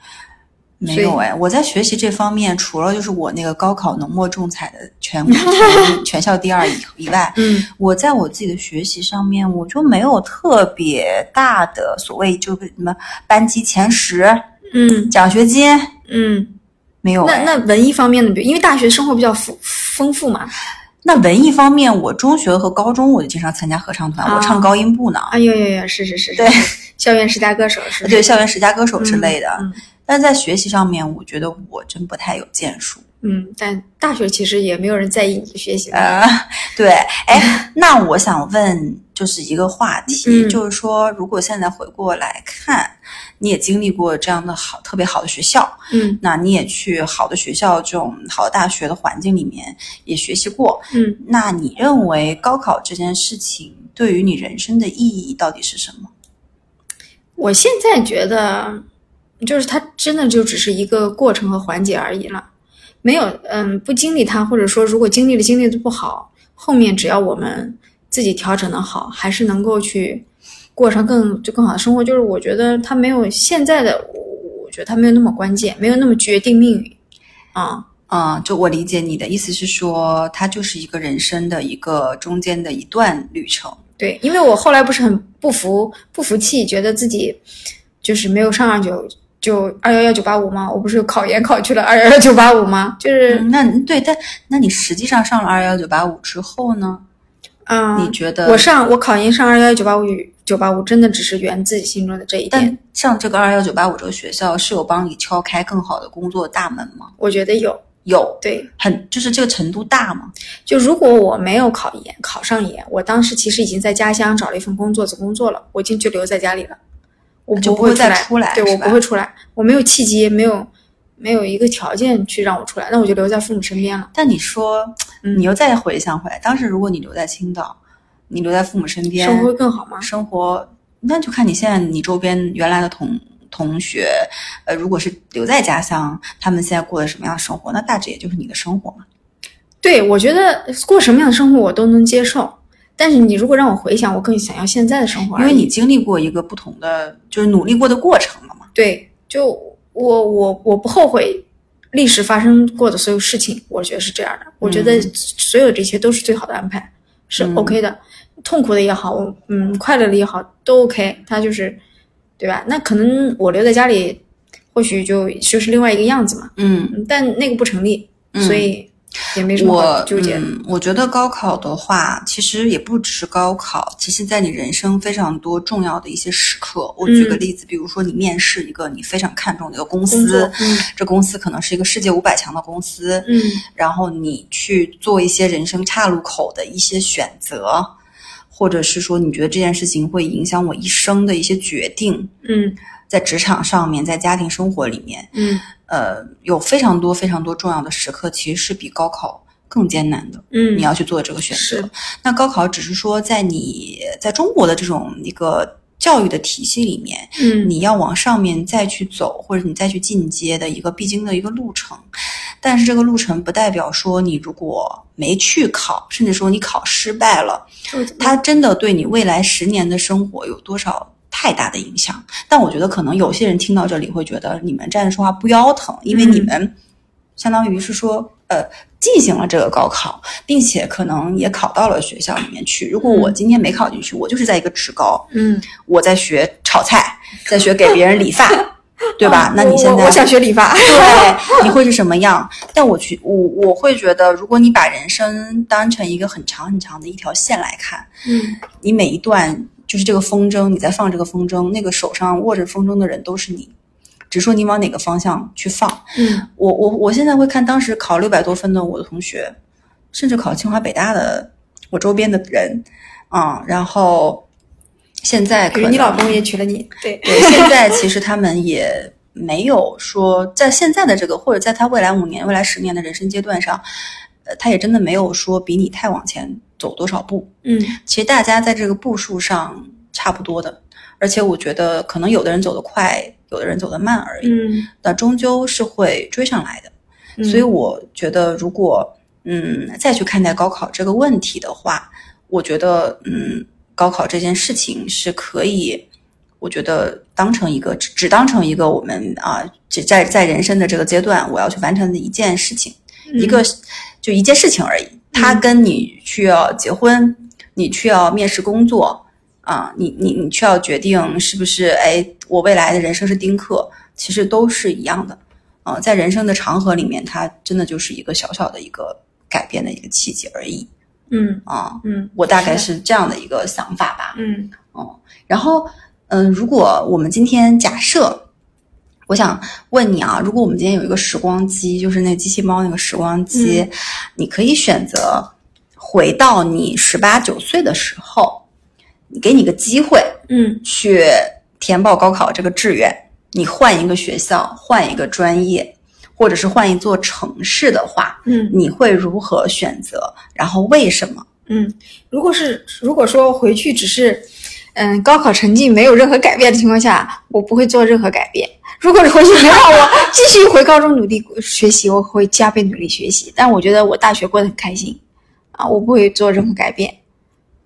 A: 没
B: 所以
A: 有哎，我在学习这方面，除了就是我那个高考浓墨重彩的全
B: *laughs*
A: 国全全校第二以以外，
B: 嗯
A: 我在我自己的学习上面，我就没有特别大的所谓就是什么班级前十、
B: 嗯
A: 奖学金
B: 嗯。
A: 没有哎、
B: 那那文艺方面的，比如因为大学生活比较丰丰富嘛。
A: 那文艺方面，我中学和高中我就经常参加合唱团，
B: 啊
A: 我唱高音部呢。
B: 啊，有有有，是是是，是
A: 对
B: *laughs* 校园十大歌手是不是
A: 对，校园十佳歌手之类的，
B: 嗯
A: 但在学习上面，我觉得我真不太有建树
B: 嗯，但大学其实也没有人在意你的学习的。
A: 啊、 *laughs* 对，
B: *laughs*
A: 哎，那我想问，就是一个话题，
B: 嗯
A: 就是说，如果现在回过来看，你也经历过这样的好特别好的学校，
B: 嗯
A: 那你也去好的学校这种好的大学的环境里面也学习过，
B: 嗯，
A: 那你认为高考这件事情对于你人生的意义到底是什么？
B: 我现在觉得，就是它真的就只是一个过程和环节而已了，没有嗯，不经历它，或者说如果经历了经历的不好，后面只要我们自己调整的好，还是能够去过上更就更好的生活。就是我觉得它没有现在的，我我觉得它没有那么关键，没有那么决定命运啊。
A: 嗯，就我理解你的意思是说，它就是一个人生的一个中间的一段旅程。
B: 对，因为我后来不是很不服不服气，觉得自己就是没有上上九就二幺幺九八五吗？我不是考研考去了二幺幺九八五吗？就是
A: 嗯，那对，但那你实际上上了二幺九八五之后呢？
B: 嗯，
A: 你觉得
B: 我上我考研上二幺幺九八五九八五，真的只是圆自己心中的这一点
A: 但，上这个二幺九八五这个学校是有帮你敲开更好的工作大门吗？
B: 我觉得有
A: 有，
B: 对。
A: 很就是这个程度大吗？
B: 就如果我没有考研考上研，我当时其实已经在家乡找了一份工作，只工作了，我已经就留在家里了，我
A: 就
B: 不
A: 不会
B: 出
A: 再
B: 来，
A: 出来
B: 对
A: 是
B: 我
A: 吧
B: 不会出来，我没有契机，没有没有一个条件去让我出来，那我就留在父母身边了。
A: 但你说，
B: 嗯
A: 你又再回想回来，当时如果你留在青岛，你留在父母身边，
B: 生活会更好吗？
A: 生活，那就看你现在你周边原来的同同学，呃，如果是留在家乡，他们现在过的什么样的生活，那大致也就是你的生活嘛。
B: 对，我觉得过什么样的生活我都能接受，但是你如果让我回想，我更想要现在的生活而
A: 因
B: 已，
A: 为你经历过一个不同的，就是努力过的过程了嘛。
B: 对，就我我我不后悔历史发生过的所有事情，我觉得是这样的。我觉得所有这些都是最好的安排，是
A: 嗯
B: OK 的。痛苦的也好，我嗯，快乐的也好，都 OK。它就是，对吧？那可能我留在家里，或许就就是另外一个样子嘛。
A: 嗯
B: 嗯但那个不成立，所以也没什么
A: 我
B: 好纠结的。
A: 嗯。我觉得高考的话，其实也不只是高考，其实在你人生非常多重要的一些时刻。我举个
B: 嗯
A: 例子，比如说你面试一个你非常看重的一个公
B: 工作
A: 司，，这公司可能是一个世界五百强的公司，
B: 嗯
A: 然后你去做一些人生岔路口的一些选择，或者是说你觉得这件事情会影响我一生的一些决定，
B: 嗯
A: 在职场上面，在家庭生活里面，
B: 嗯
A: 呃，有非常多非常多重要的时刻，其实是比高考更艰难的。
B: 嗯，
A: 你要去做这个选择
B: 是。
A: 那高考只是说，在你在中国的这种一个教育的体系里面，
B: 嗯
A: 你要往上面再去走，或者你再去进阶的一个必经的一个路程。但是这个路程不代表说你如果没去考，甚至说你考失败了，
B: 就
A: 它真的对你未来十年的生活有多少太大的影响？但我觉得可能有些人听到这里会觉得你们站着说话不腰疼，因为
B: 嗯
A: 你们相当于是说呃进行了这个高考，并且可能也考到了学校里面去。如果我
B: 嗯
A: 今天没考进去，我就是在一个职高，
B: 嗯，
A: 我在学炒菜，在学给别人理
B: *laughs*
A: 发，对吧
B: 啊？
A: 那你
B: 我
A: 现在
B: 我我想学理
A: *laughs*
B: 发，
A: 对，你会是什么样？但我去，我我会觉得，如果你把人生当成一个很长很长的一条线来看，
B: 嗯
A: 你每一段就是这个风筝，你在放这个风筝，那个手上握着风筝的人都是你，只说你往哪个方向去放。
B: 嗯
A: 我我我现在会看当时考六百多分的我的同学，甚至考清华北大的我周边的人，啊、然后现在可
B: 比如
A: 能
B: 你老公也娶了你，对，
A: 对，现在其实他们也没有说在现在的这个，或者在他未来五年、未来十年的人生阶段上，呃，他也真的没有说比你太往前走多少步。
B: 嗯
A: 其实大家在这个步数上差不多的，而且我觉得可能有的人走得快，有的人走得慢而已，
B: 嗯，
A: 那终究是会追上来的。
B: 嗯
A: 所以我觉得，如果嗯再去看待高考这个问题的话，我觉得嗯高考这件事情是可以，我觉得当成一个只只当成一个我们啊只在在人生的这个阶段我要去完成的一件事情，一个就一件事情而已。它跟你去要结婚，你去要面试工作。啊，你你你去要决定是不是哎，我未来的人生是丁克，其实都是一样的。呃，在人生的长河里面，它真的就是一个小小的一个改变的一个契机而已
B: 嗯
A: 啊、
B: 嗯
A: 我大概是这样的一个想法吧。
B: 嗯
A: 然后，嗯，如果我们今天假设，我想问你啊，如果我们今天有一个时光机，就是那机器猫那个时光机，你可以选择回到你十八九岁的时候，给你个机会，
B: 嗯
A: 去填报高考这个志愿，你换一个学校、换一个专业，或者是换一座城市的话，
B: 嗯
A: 你会如何选择？然后为什么？
B: 嗯，如果是如果说回去只是，嗯，高考成绩没有任何改变的情况下，我不会做任何改变。如果回去能让我继续回高中努力学习，我会加倍努力学习。但我觉得我大学过得很开心，啊，我不会做任何改变，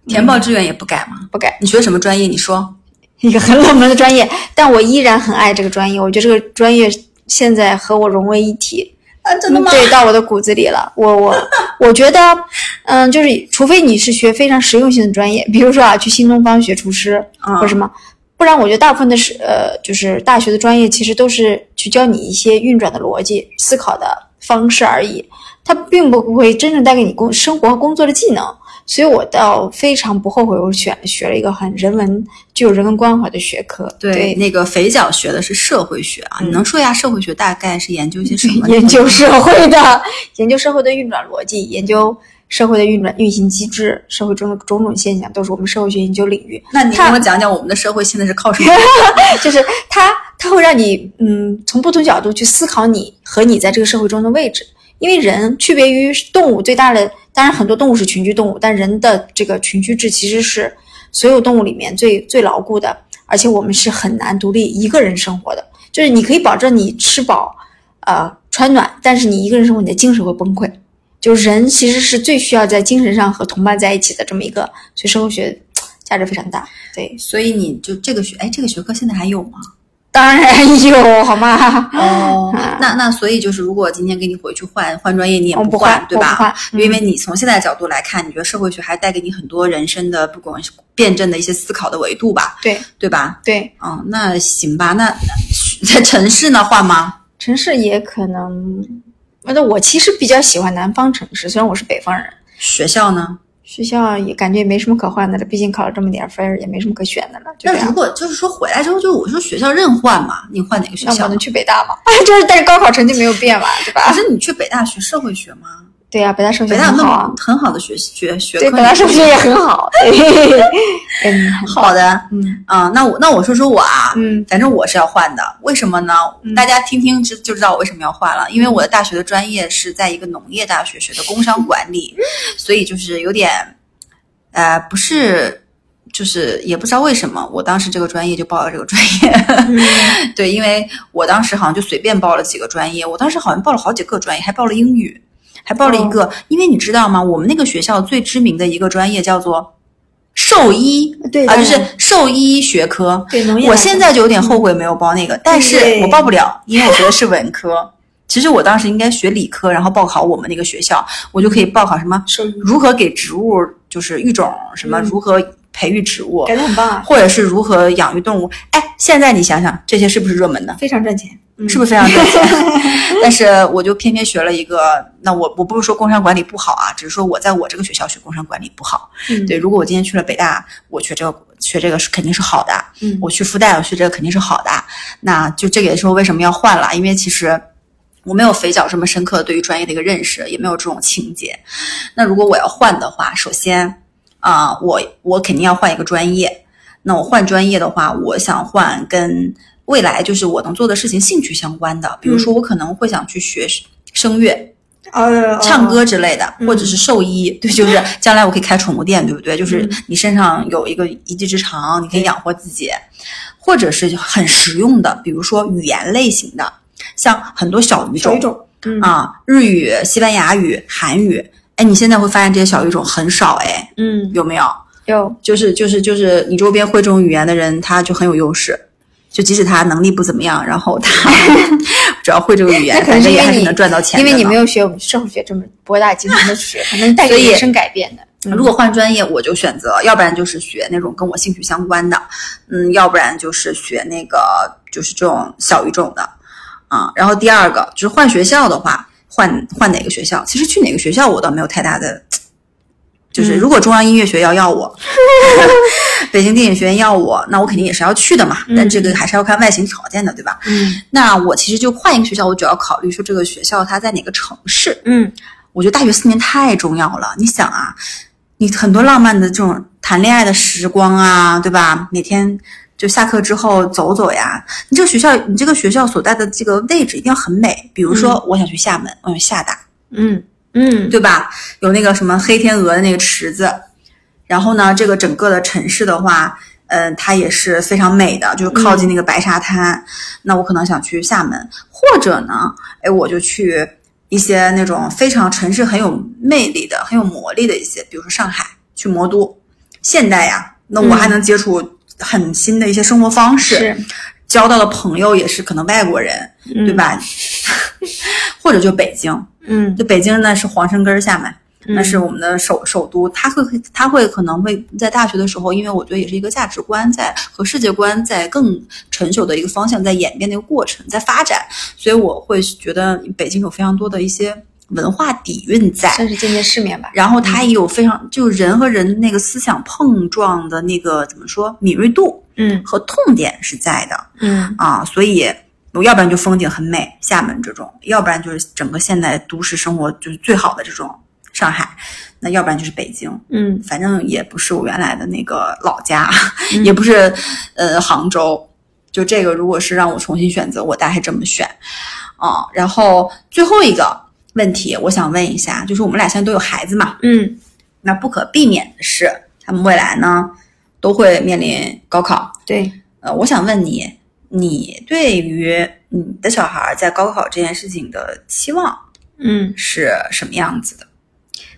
A: 填报志愿也不改吗？
B: 不改。
A: 你学什么专业？你说
B: *laughs* 一个很冷门的专业，但我依然很爱这个专业。我觉得这个专业现在和我融为一体，
A: 啊，真的吗？
B: 对，到我的骨子里了。我我我觉得，嗯，就是除非你是学非常实用性的专业，比如说啊，去新东方学厨师
A: 啊
B: 或者什么，不然我觉得大部分的是呃，就是大学的专业其实都是去教你一些运转的逻辑、思考的方式而已，它并不会真正带给你工生活和工作的技能。所以我倒非常不后悔，我选学了一个很人文、具有人文关怀的学科。对嗯
A: 那个肥脚学的是社会学啊，你能说一下社会学大概是研究些什么？
B: *laughs* 研究社会的， *laughs* 研究社会的运转逻辑，研究社会的运转运行机制，社会中的种种现象，都是我们社会学研究领域。
A: 那你跟我讲讲我们的社会现在是靠什
B: *laughs*
A: 么？
B: 就是它，它会让你嗯，从不同角度去思考你和你在这个社会中的位置。因为人区别于动物最大的，当然很多动物是群居动物，但人的这个群居制其实是所有动物里面最最牢固的，而且我们是很难独立一个人生活的。就是你可以保证你吃饱，呃，穿暖，但是你一个人生活，你的精神会崩溃。就是人其实是最需要在精神上和同伴在一起的这么一个，所以社会学价值非常大。对，
A: 所以你就这个学，哎，这个学科现在还有吗？
B: 当然有，好吗？
A: 哦，
B: 啊
A: 那那所以就是，如果今天给你回去换换专业，你也
B: 我
A: 不
B: 哦不
A: 换，
B: 换
A: 对
B: 我
A: 吧？
B: 不换嗯
A: 因为你从现在角度来看，你觉得社会学还带给你很多人生的，不管是辩证的一些思考的维度吧，
B: 对
A: 对吧？
B: 对，
A: 嗯，那 *laughs* 行吧，那那城市呢换吗？
B: 城市也可能，那我其实比较喜欢南方城市，虽然我是北方人，
A: 学校呢？
B: 学校也感觉也没什么可换的了，毕竟考了这么点儿分儿，也没什么可选的了，就
A: 那
B: 这
A: 如
B: 样。
A: 果就是说回来之后，就是我说学校任换嘛，你换哪个学
B: 那
A: 校
B: 我
A: 呢
B: 能？去北大 *laughs* 吗？就是，但是高考成绩没有变嘛，
A: *laughs*
B: 对
A: 可
B: 吧？ *laughs*
A: 是你去北大学社会学吗？
B: 对呀、北大数学
A: 北大
B: 很
A: 那
B: 好啊
A: 么，很好的学学学
B: 对，
A: 科，
B: 北大数学也
A: *laughs*
B: 很好。对嗯，很
A: 好的
B: 嗯
A: 啊、那我那我说说我啊，
B: 嗯
A: 反正我是要换的，为什么呢？
B: 嗯
A: 大家听听知就知道我为什么要换了，因为我的大学的专业是在一个农业大学学的工商管
B: *laughs*
A: 理，所以就是有点，呃，不是，就是也不知道为什么，我当时这个专业就报了这个专业，对，因为我当时好像就随便报了几个专业，我当时好像报了好几个专业，还报了英语，还报了
B: 哦
A: 一个，因为你知道吗？我们那个学校最知名的一个专业叫做兽医，
B: 对
A: 啊，
B: 当
A: 就
B: 然
A: 是兽医学科。
B: 对农业来说，
A: 我现在就有点后悔没有报那个，但是
B: 嗯对
A: 我报不了，因为我觉得是文科。其实我当时应该学理科，然后报考我们那个学校，我就可以报考什么
B: 收益
A: 如何给植物就是育种，什么
B: 嗯
A: 如何培育植物，
B: 感觉很棒啊，
A: 或者是如何养育动物。哎，现在你想想，这些是不是热门的？
B: 非常赚钱。嗯
A: 是不是非常赚
B: *laughs*
A: 钱？但是我就偏偏学了一个，那我我不是说工商管理不好啊，只是说我在我这个学校学工商管理不好。
B: 嗯
A: 对，如果我今天去了北大，我学这个学这个是肯定是好的。啊
B: 嗯
A: 我去复旦，我学这个肯定是好的。那就这个也是我为什么要换了，因为其实我没有肥脚这么深刻对于专业的一个认识，也没有这种情节。那如果我要换的话，首先啊、我我肯定要换一个专业。那我换专业的话，我想换跟未来就是我能做的事情兴趣相关的，比如说我可能会想去学声乐，
B: 呃
A: 唱歌之类的，
B: 嗯
A: 或者是兽医， *laughs* 对，就是将来我可以开宠物店，对不对？就是
B: 嗯
A: 你身上有一个一技之长，你可以养活自己，或者是很实用的，比如说语言类型的，像很多小语
B: 小
A: 种
B: 语种，嗯
A: 啊，日语、西班牙语、韩语，哎，你现在会发现这些小语种很少，哎，
B: 嗯
A: 有没有？
B: 有
A: 就是就是就是你周边会这种语言的人，他就很有优势。就即使他能力不怎么样，然后他 *laughs* 只要会这个语言
B: 那，可
A: 反
B: 能是
A: 正也
B: 因为
A: 还是
B: 你
A: 能赚到钱
B: 因
A: 的呢。
B: 为你没有学我们社会学这么博大精深的学，可 *laughs* 能带给
A: 所以
B: 人生改变的。嗯
A: 如果换专业，我就选择，要不然就是学那种跟我兴趣相关的，嗯，要不然就是学那个就是这种小语种的，啊。然后第二个就是换学校的话，换换哪个学校？其实去哪个学校我倒没有太大的，就是如果中央音乐学要要我，北京电影学院要我，那我肯定也是要去的嘛。但这个还是要看外形条件的，对吧？
B: 嗯
A: 那我其实就换一个学校，我主要考虑说这个学校它在哪个城市。
B: 嗯
A: 我觉得大学四年太重要了。你想啊，你很多浪漫的这种谈恋爱的时光啊，对吧？每天就下课之后走走呀。你这个学校，你这个学校所在的这个位置一定要很美。比如说，我想去厦门，我想去厦大，
B: 嗯嗯，
A: 对吧？有那个什么黑天鹅的那个池子，然后呢，这个整个的城市的话，嗯、它也是非常美的，就是靠近那个白沙滩。那我可能想去厦门，或者呢，哎，我就去一些那种非常城市很有魅力的、很有魔力的一些，比如说上海，去魔都，现代呀，那我还能接触很新的一些生活方式，
B: 是
A: 交到的朋友也是可能外国人，对？吧？ *laughs* 或者就北京，
B: 嗯
A: 就北京呢是皇城根儿下面，
B: 嗯
A: 那是我们的首首都。他会他会可能会在大学的时候，因为我觉得也是一个价值观在和世界观在更成熟的一个方向在演变的一个过程，在发展，所以我会觉得北京有非常多的一些文化底蕴在。
B: 算是嗯见见世面吧。
A: 然后它也有非常就人和人那个思想碰撞的那个怎么说敏锐度
B: 嗯
A: 和痛点是在的，
B: 嗯
A: 啊，所以我要不然就风景很美，厦门这种；要不然就是整个现代都市生活就是最好的这种上海，那要不然就是北京，
B: 嗯
A: 反正也不是我原来的那个老家，也不是呃杭州。就这个，如果是让我重新选择，我大概这么选啊。然后最后一个问题，我想问一下，就是我们俩现在都有孩子嘛，
B: 嗯，
A: 那不可避免的是，他们未来呢都会面临高考，
B: 对，
A: 呃，我想问你，你对于你的小孩儿在高考这件事情的期望
B: 嗯，
A: 是什么样子的？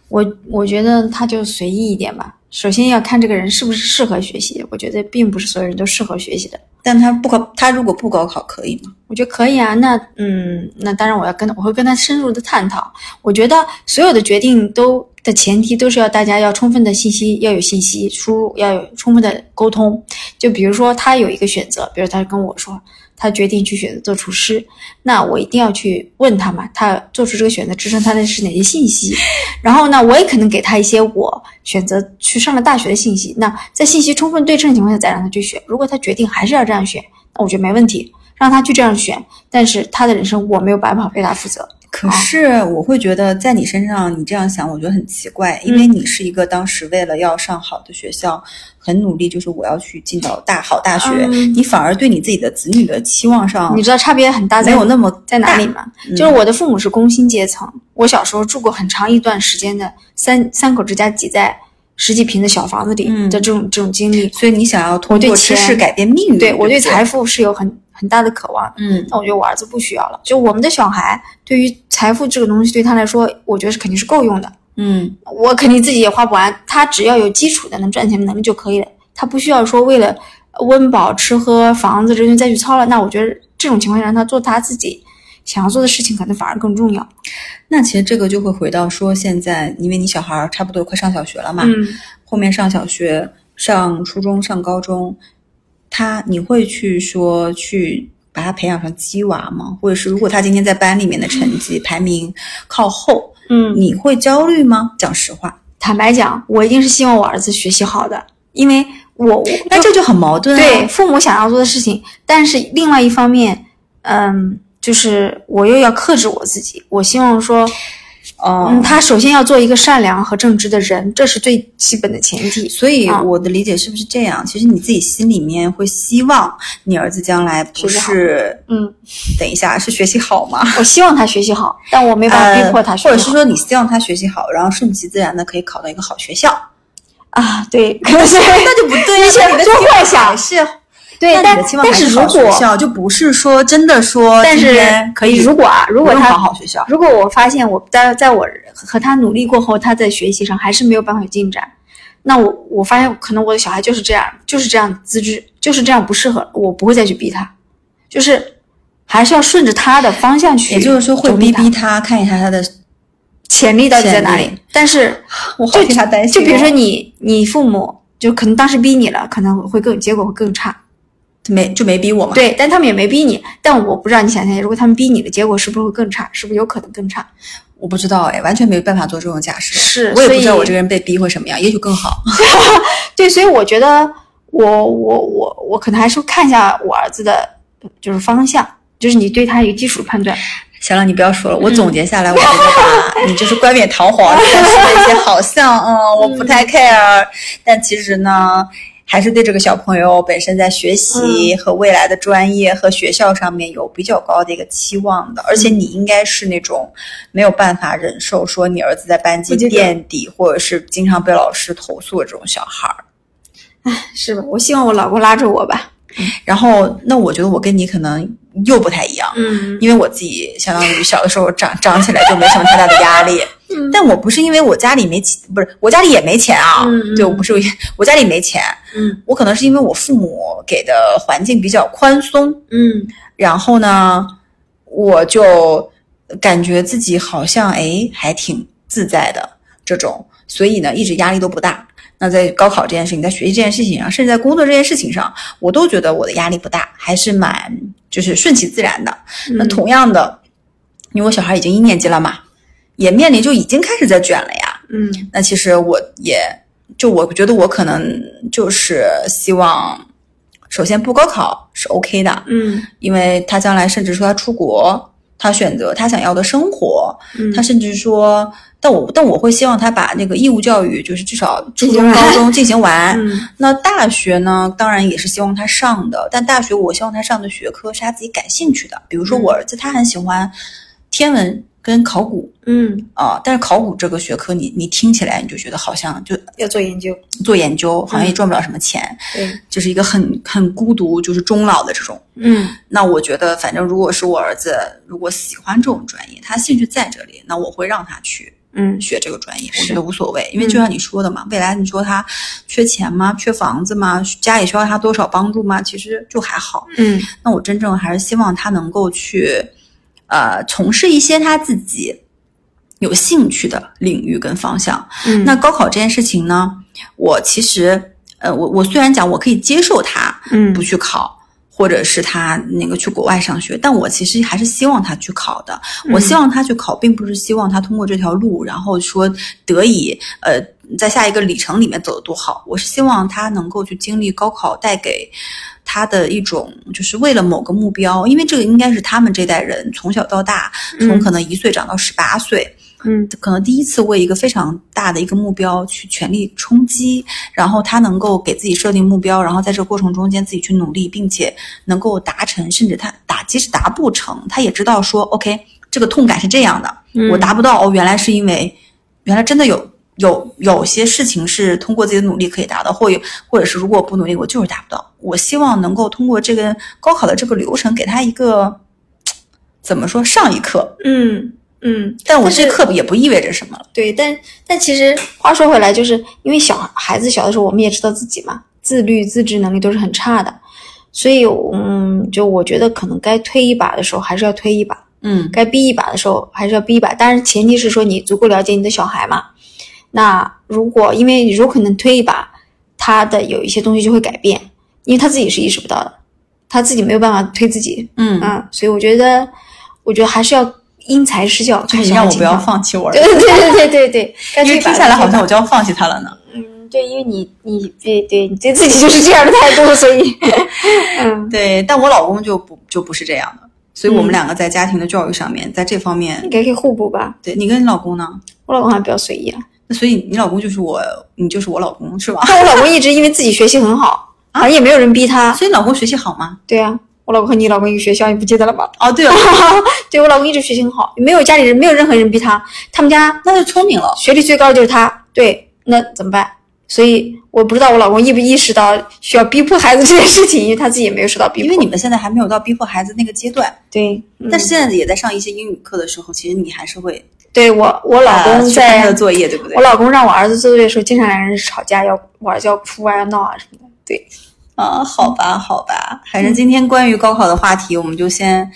B: 我我觉得他就随意一点吧。首先要看这个人是不是适合学习，我觉得并不是所有人都适合学习的。
A: 但他不考，他如果不高考可以吗？
B: 我觉得可以啊，那嗯，那当然我要跟我会跟他深入的探讨。我觉得所有的决定都的前提都是要大家要充分的信息，要有信息输入，要有充分的沟通。就比如说他有一个选择，比如他跟我说，他决定去选择做厨师，那我一定要去问他嘛，他做出这个选择支撑他的是哪些信息？然后呢，我也可能给他一些我选择去上了大学的信息。那在信息充分对称的情况下，再让他去选。如果他决定还是要这样选，那我觉得没问题，让他去这样选。但是他的人生我没有办法为他负责。
A: 可是我会觉得，在你身上你这样想，我觉得很奇怪，因为你是一个当时为了要上好的学校，很努力，就是我要去进到大好大学，
B: 嗯
A: 你反而对你自己的子女的期望上
B: 你知道差别很大
A: 没
B: 在
A: 有那么
B: 在哪
A: 大
B: 里？吗？
A: 嗯
B: 就是我的父母是工薪阶层，我小时候住过很长一段时间的三三口之家挤在十几平的小房子里
A: 嗯
B: 的这种这种经历。
A: 所以你想要通
B: 对
A: 过知识
B: 钱
A: 改变命运，
B: 对我
A: 对
B: 对
A: 不对
B: 财富是有很很大的渴望的。
A: 嗯
B: 但我觉得我儿子不需要了。就我们的小孩，对于财富这个东西，对他来说，我觉得是肯定是够用的。
A: 嗯
B: 我肯定自己也花不完，他只要有基础的能赚钱的能力就可以了。他不需要说为了温饱、吃喝、房子这些再去操了。那我觉得这种情况下，让他做他自己想要做的事情，可能反而更重要。
A: 那其实这个就会回到说，现在因为你小孩儿差不多快上小学了嘛，
B: 嗯，
A: 后面上小学、上初中、上高中，他你会去说去把他培养成鸡娃吗？或者是如果他今天在班里面的成绩排名靠后，
B: 嗯
A: 你会焦虑吗？讲实话，
B: 坦白讲，我一定是希望我儿子学习好的，因为我我
A: 那这就很矛盾、啊。
B: 对，父母想要做的事情，但是另外一方面，嗯，就是我又要克制我自己。我希望说，
A: 哦、
B: 嗯，他首先要做一个善良和正直的人，这是最基本的前提。
A: 所以
B: 啊
A: 我的理解是不是这样？其实你自己心里面会希望你儿子将来不
B: 学习好
A: 是，
B: 嗯，
A: 等一下是学习好吗？
B: *laughs* 我希望他学习好，但我没办法逼迫他
A: 呃，
B: 学
A: 或者
B: 习
A: 是
B: 好、
A: 说你希望他学习好，然后顺其自然的可以考到一个好学校，
B: 啊，对，可 *laughs* 是
A: 那就不对呀、
B: 些
A: 那你的期
B: 多
A: 望
B: 幻想
A: 还是
B: 对，
A: 那
B: 但
A: 你的期望
B: 但
A: 还
B: 是
A: 是
B: 如
A: 好学
B: 果
A: 校，就不是说真的说
B: 但
A: 今
B: 是
A: 天可以
B: 如果啊，如
A: 不
B: 果
A: 用
B: 他
A: 考好学校，
B: 如果我发现我在在我和他努力过后，他在学习上还是没有办法有进展，那我我发现可能我的小孩就是这样，就是这样资质，就是这样不适合，我不会再去逼他，就是还是要顺着他的方向去，
A: 也就是说会逼逼
B: 他
A: 他看一下他的，
B: 潜力到底在哪
A: 潜
B: 里。但 *laughs* 是
A: 我好
B: 就
A: 替他担心、
B: 就比如说，你你父母就可能当时逼你了，可能会更结果会更差。
A: 没就没逼我嘛，，
B: 对，但他们也没逼你，但我不知道你想象，如果他们逼你的结果是不是会更差，是不是有可能更差？
A: 我不知道哎，完全没有办法做这种假设，
B: 是
A: 我也
B: 所
A: 不知道
B: 以
A: 我这个人被逼会什么样，也许更好，
B: 对，所以我觉得我我我我可能还是看一下我儿子的，就是方向，就是你对他有基础判断。
A: 行了，你不要说了。我总结下来，我觉得吧，你就是冠冕堂皇地说了一些好像，嗯，我不太 care，但其实呢，还是对这个小朋友本身在学习和未来的专业和学校上面有比较高的一个期望的。而且你应该是那种没有办法忍受说你儿子在班级
B: 我觉得
A: 垫底，或者是经常被老师投诉的这种小孩儿。
B: 是吧？我希望我老公拉着我吧。
A: 然后，那我觉得我跟你可能又不太一样，
B: 嗯
A: 因为我自己相当于小的时候长长起来就没什么太大的压力，
B: 嗯
A: 但我不是因为我家里没钱，不是我家里也没钱啊，
B: 嗯嗯
A: 对我不是 *laughs* 我家里没钱，
B: 嗯
A: 我可能是因为我父母给的环境比较宽松，
B: 嗯
A: 然后呢，我就感觉自己好像哎还挺自在的这种，所以呢一直压力都不大。那在高考这件事情，在学习这件事情上，甚至在工作这件事情上，我都觉得我的压力不大，还是蛮就是顺其自然的。那
B: 嗯
A: 同样的，因为我小孩已经一年级了嘛，也面临就已经开始在卷了呀。
B: 嗯
A: 那其实我也就我觉得我可能就是希望，首先不高考是 OK 的，
B: 嗯
A: 因为他将来甚至说他出国，他选择他想要的生活，
B: 嗯，
A: 他甚至说，但我但我会希望他把那个义务教育就是至少初
B: 进行
A: 中、
B: 完
A: 高中进行
B: *laughs*
A: 完。
B: 嗯
A: 那大学呢，当然也是希望他上的，但大学我希望他上的学科是他自己感兴趣的。比如说
B: 嗯
A: 我儿子他很喜欢天文跟考古
B: 嗯，
A: 啊、但是考古这个学科你你听起来你就觉得好像就
B: 要做研究。
A: 做研究好像也
B: 嗯
A: 赚不了什么钱，
B: 对，
A: 就是一个很很孤独就是终老的这种。
B: 嗯
A: 那我觉得，反正如果是我儿子如果喜欢这种专业，他兴趣在这里，那我会让他去
B: 嗯
A: 学这个专业，我
B: 是嗯
A: 觉得无所谓，因为就像你说的嘛，未来你说他缺钱吗？缺房子吗？家里需要他多少帮助吗？其实就还好。
B: 嗯
A: 那我真正还是希望他能够去，呃，从事一些他自己有兴趣的领域跟方向。
B: 嗯，
A: 那高考这件事情呢，我其实，呃，我我虽然讲我可以接受他
B: 嗯
A: 不去考。或者是他那个去国外上学。但我其实还是希望他去考的，
B: 嗯
A: 我希望他去考，并不是希望他通过这条路，然后说得以呃在下一个里程里面走得多好。我是希望他能够去经历高考带给他的一种，就是为了某个目标，因为这个应该是他们这代人从小到大，从
B: 嗯
A: 可能一岁长到十八岁，
B: 嗯
A: 可能第一次为一个非常大的一个目标去全力冲击，然后他能够给自己设定目标，然后在这个过程中间自己去努力，并且能够达成，甚至他打即使达不成，他也知道说 OK，这个痛感是这样的，
B: 嗯
A: 我达不到哦，原来是因为原来真的有。有有些事情是通过自己的努力可以达到，或有或者是如果我不努力，我就是达不到。我希望能够通过这个高考的这个流程，给他一个怎么说上一课，
B: 嗯嗯，
A: 但我
B: 但是
A: 这课也不意味着什么了。
B: 对，但但其实话说回来，就是因为小孩子小的时候，我们也知道自己嘛，自律自制能力都是很差的，所以嗯，就我觉得可能该推一把的时候还是要推一把，
A: 嗯，
B: 该逼一把的时候还是要逼一把，当然前提是说你足够了解你的小孩嘛。那如果因为有可能推一把，他的有一些东西就会改变，因为他自己是意识不到的，他自己没有办法推自己，
A: 嗯，
B: 嗯，所以我觉得，我觉得还是要因材施教，
A: 就
B: 看
A: 是
B: 小
A: 让
B: 孩
A: 我
B: 情
A: 不要
B: 况
A: 放弃我儿
B: 对
A: 子，
B: 对对对对对，该
A: 因为
B: 推
A: 听
B: 把
A: 下来
B: 就推
A: 好像
B: 把
A: 我就要放弃他了呢。
B: 嗯，对，因为你你对对，你对自己就是这样的态度，
A: *laughs*
B: 所以嗯，
A: 对，但我老公就不就不是这样的，所以我们
B: 嗯
A: 两个在家庭的教育上面，在这方面
B: 应，该可以互补吧。
A: 对你跟你老公呢？
B: 我老公还比较随
A: *laughs*
B: 意了，啊
A: 那所以你老公就是我，你就是我老公是吧？ *laughs*
B: 但我老公一直因为自己学习很好，好像也没有人逼他。
A: 所以你老公学习好吗？
B: 对啊，我老公和你老公一个学校，你不记得了吧？
A: 哦， *laughs* 对了，
B: 对我老公一直学习很好，没有家里人，没有任何人逼他。他们家
A: 那就聪明了。
B: 学历最高的就是他，对，那怎么办？所以我不知道我老公意不意识到需要逼迫孩子这件事情，因为他自己也没有受到逼迫。
A: *laughs* 因为你们现在还没有到逼迫孩子那个阶段，
B: 对，嗯
A: 但是现在也在上一些英语课的时候，其实你还是会
B: 对我我老
A: 呃
B: 公
A: 去看
B: 在
A: 他的作业，对不对
B: 我？老公让我儿子做作业的时候，经常两人吵架，要我儿子要哭啊，要闹啊什么的。对，
A: 啊，好
B: 嗯
A: 吧，好吧，反正今天关于高考的话题，我们就先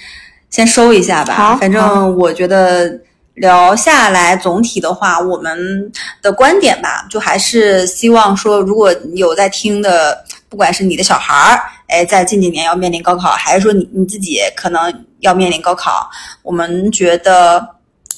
A: 先收一下吧。
B: 好
A: 反正我觉得聊下来，总体的话，我们的观点吧，就还是希望说，如果有在听的，不管是你的小孩儿，哎，在近几年要面临高考，还是说你你自己可能要面临高考，我们觉得。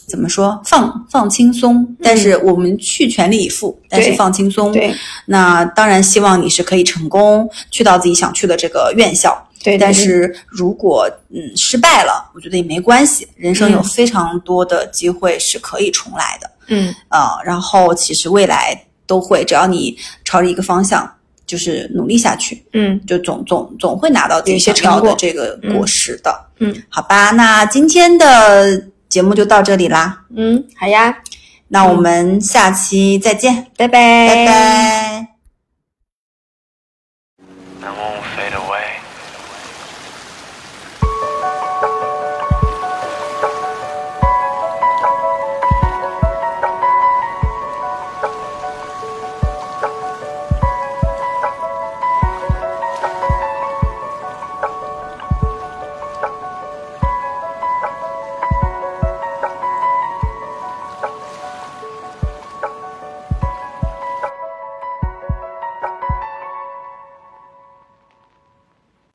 A: 怎么说？放放轻松，但是我们去全力以赴，但是
B: 对
A: 放轻松。
B: 对，
A: 那当然，希望你是可以成功去到自己想去的这个院校。
B: 对，
A: 但
B: 对
A: 是如果嗯失败了，我觉得也没关系，人生有非常多的机会是可以重来的。
B: 嗯，
A: 啊，然后其实未来都会，只要你朝着一个方向就是努力下去，
B: 嗯，
A: 就总总总会拿到自己
B: 有一些
A: 想要
B: 成
A: 的
B: 果
A: 这个果实的。
B: 嗯嗯
A: 好吧，那今天的节目就到这里啦，
B: 嗯，好呀，
A: 那我们下期再见，
B: 拜拜，
A: 拜拜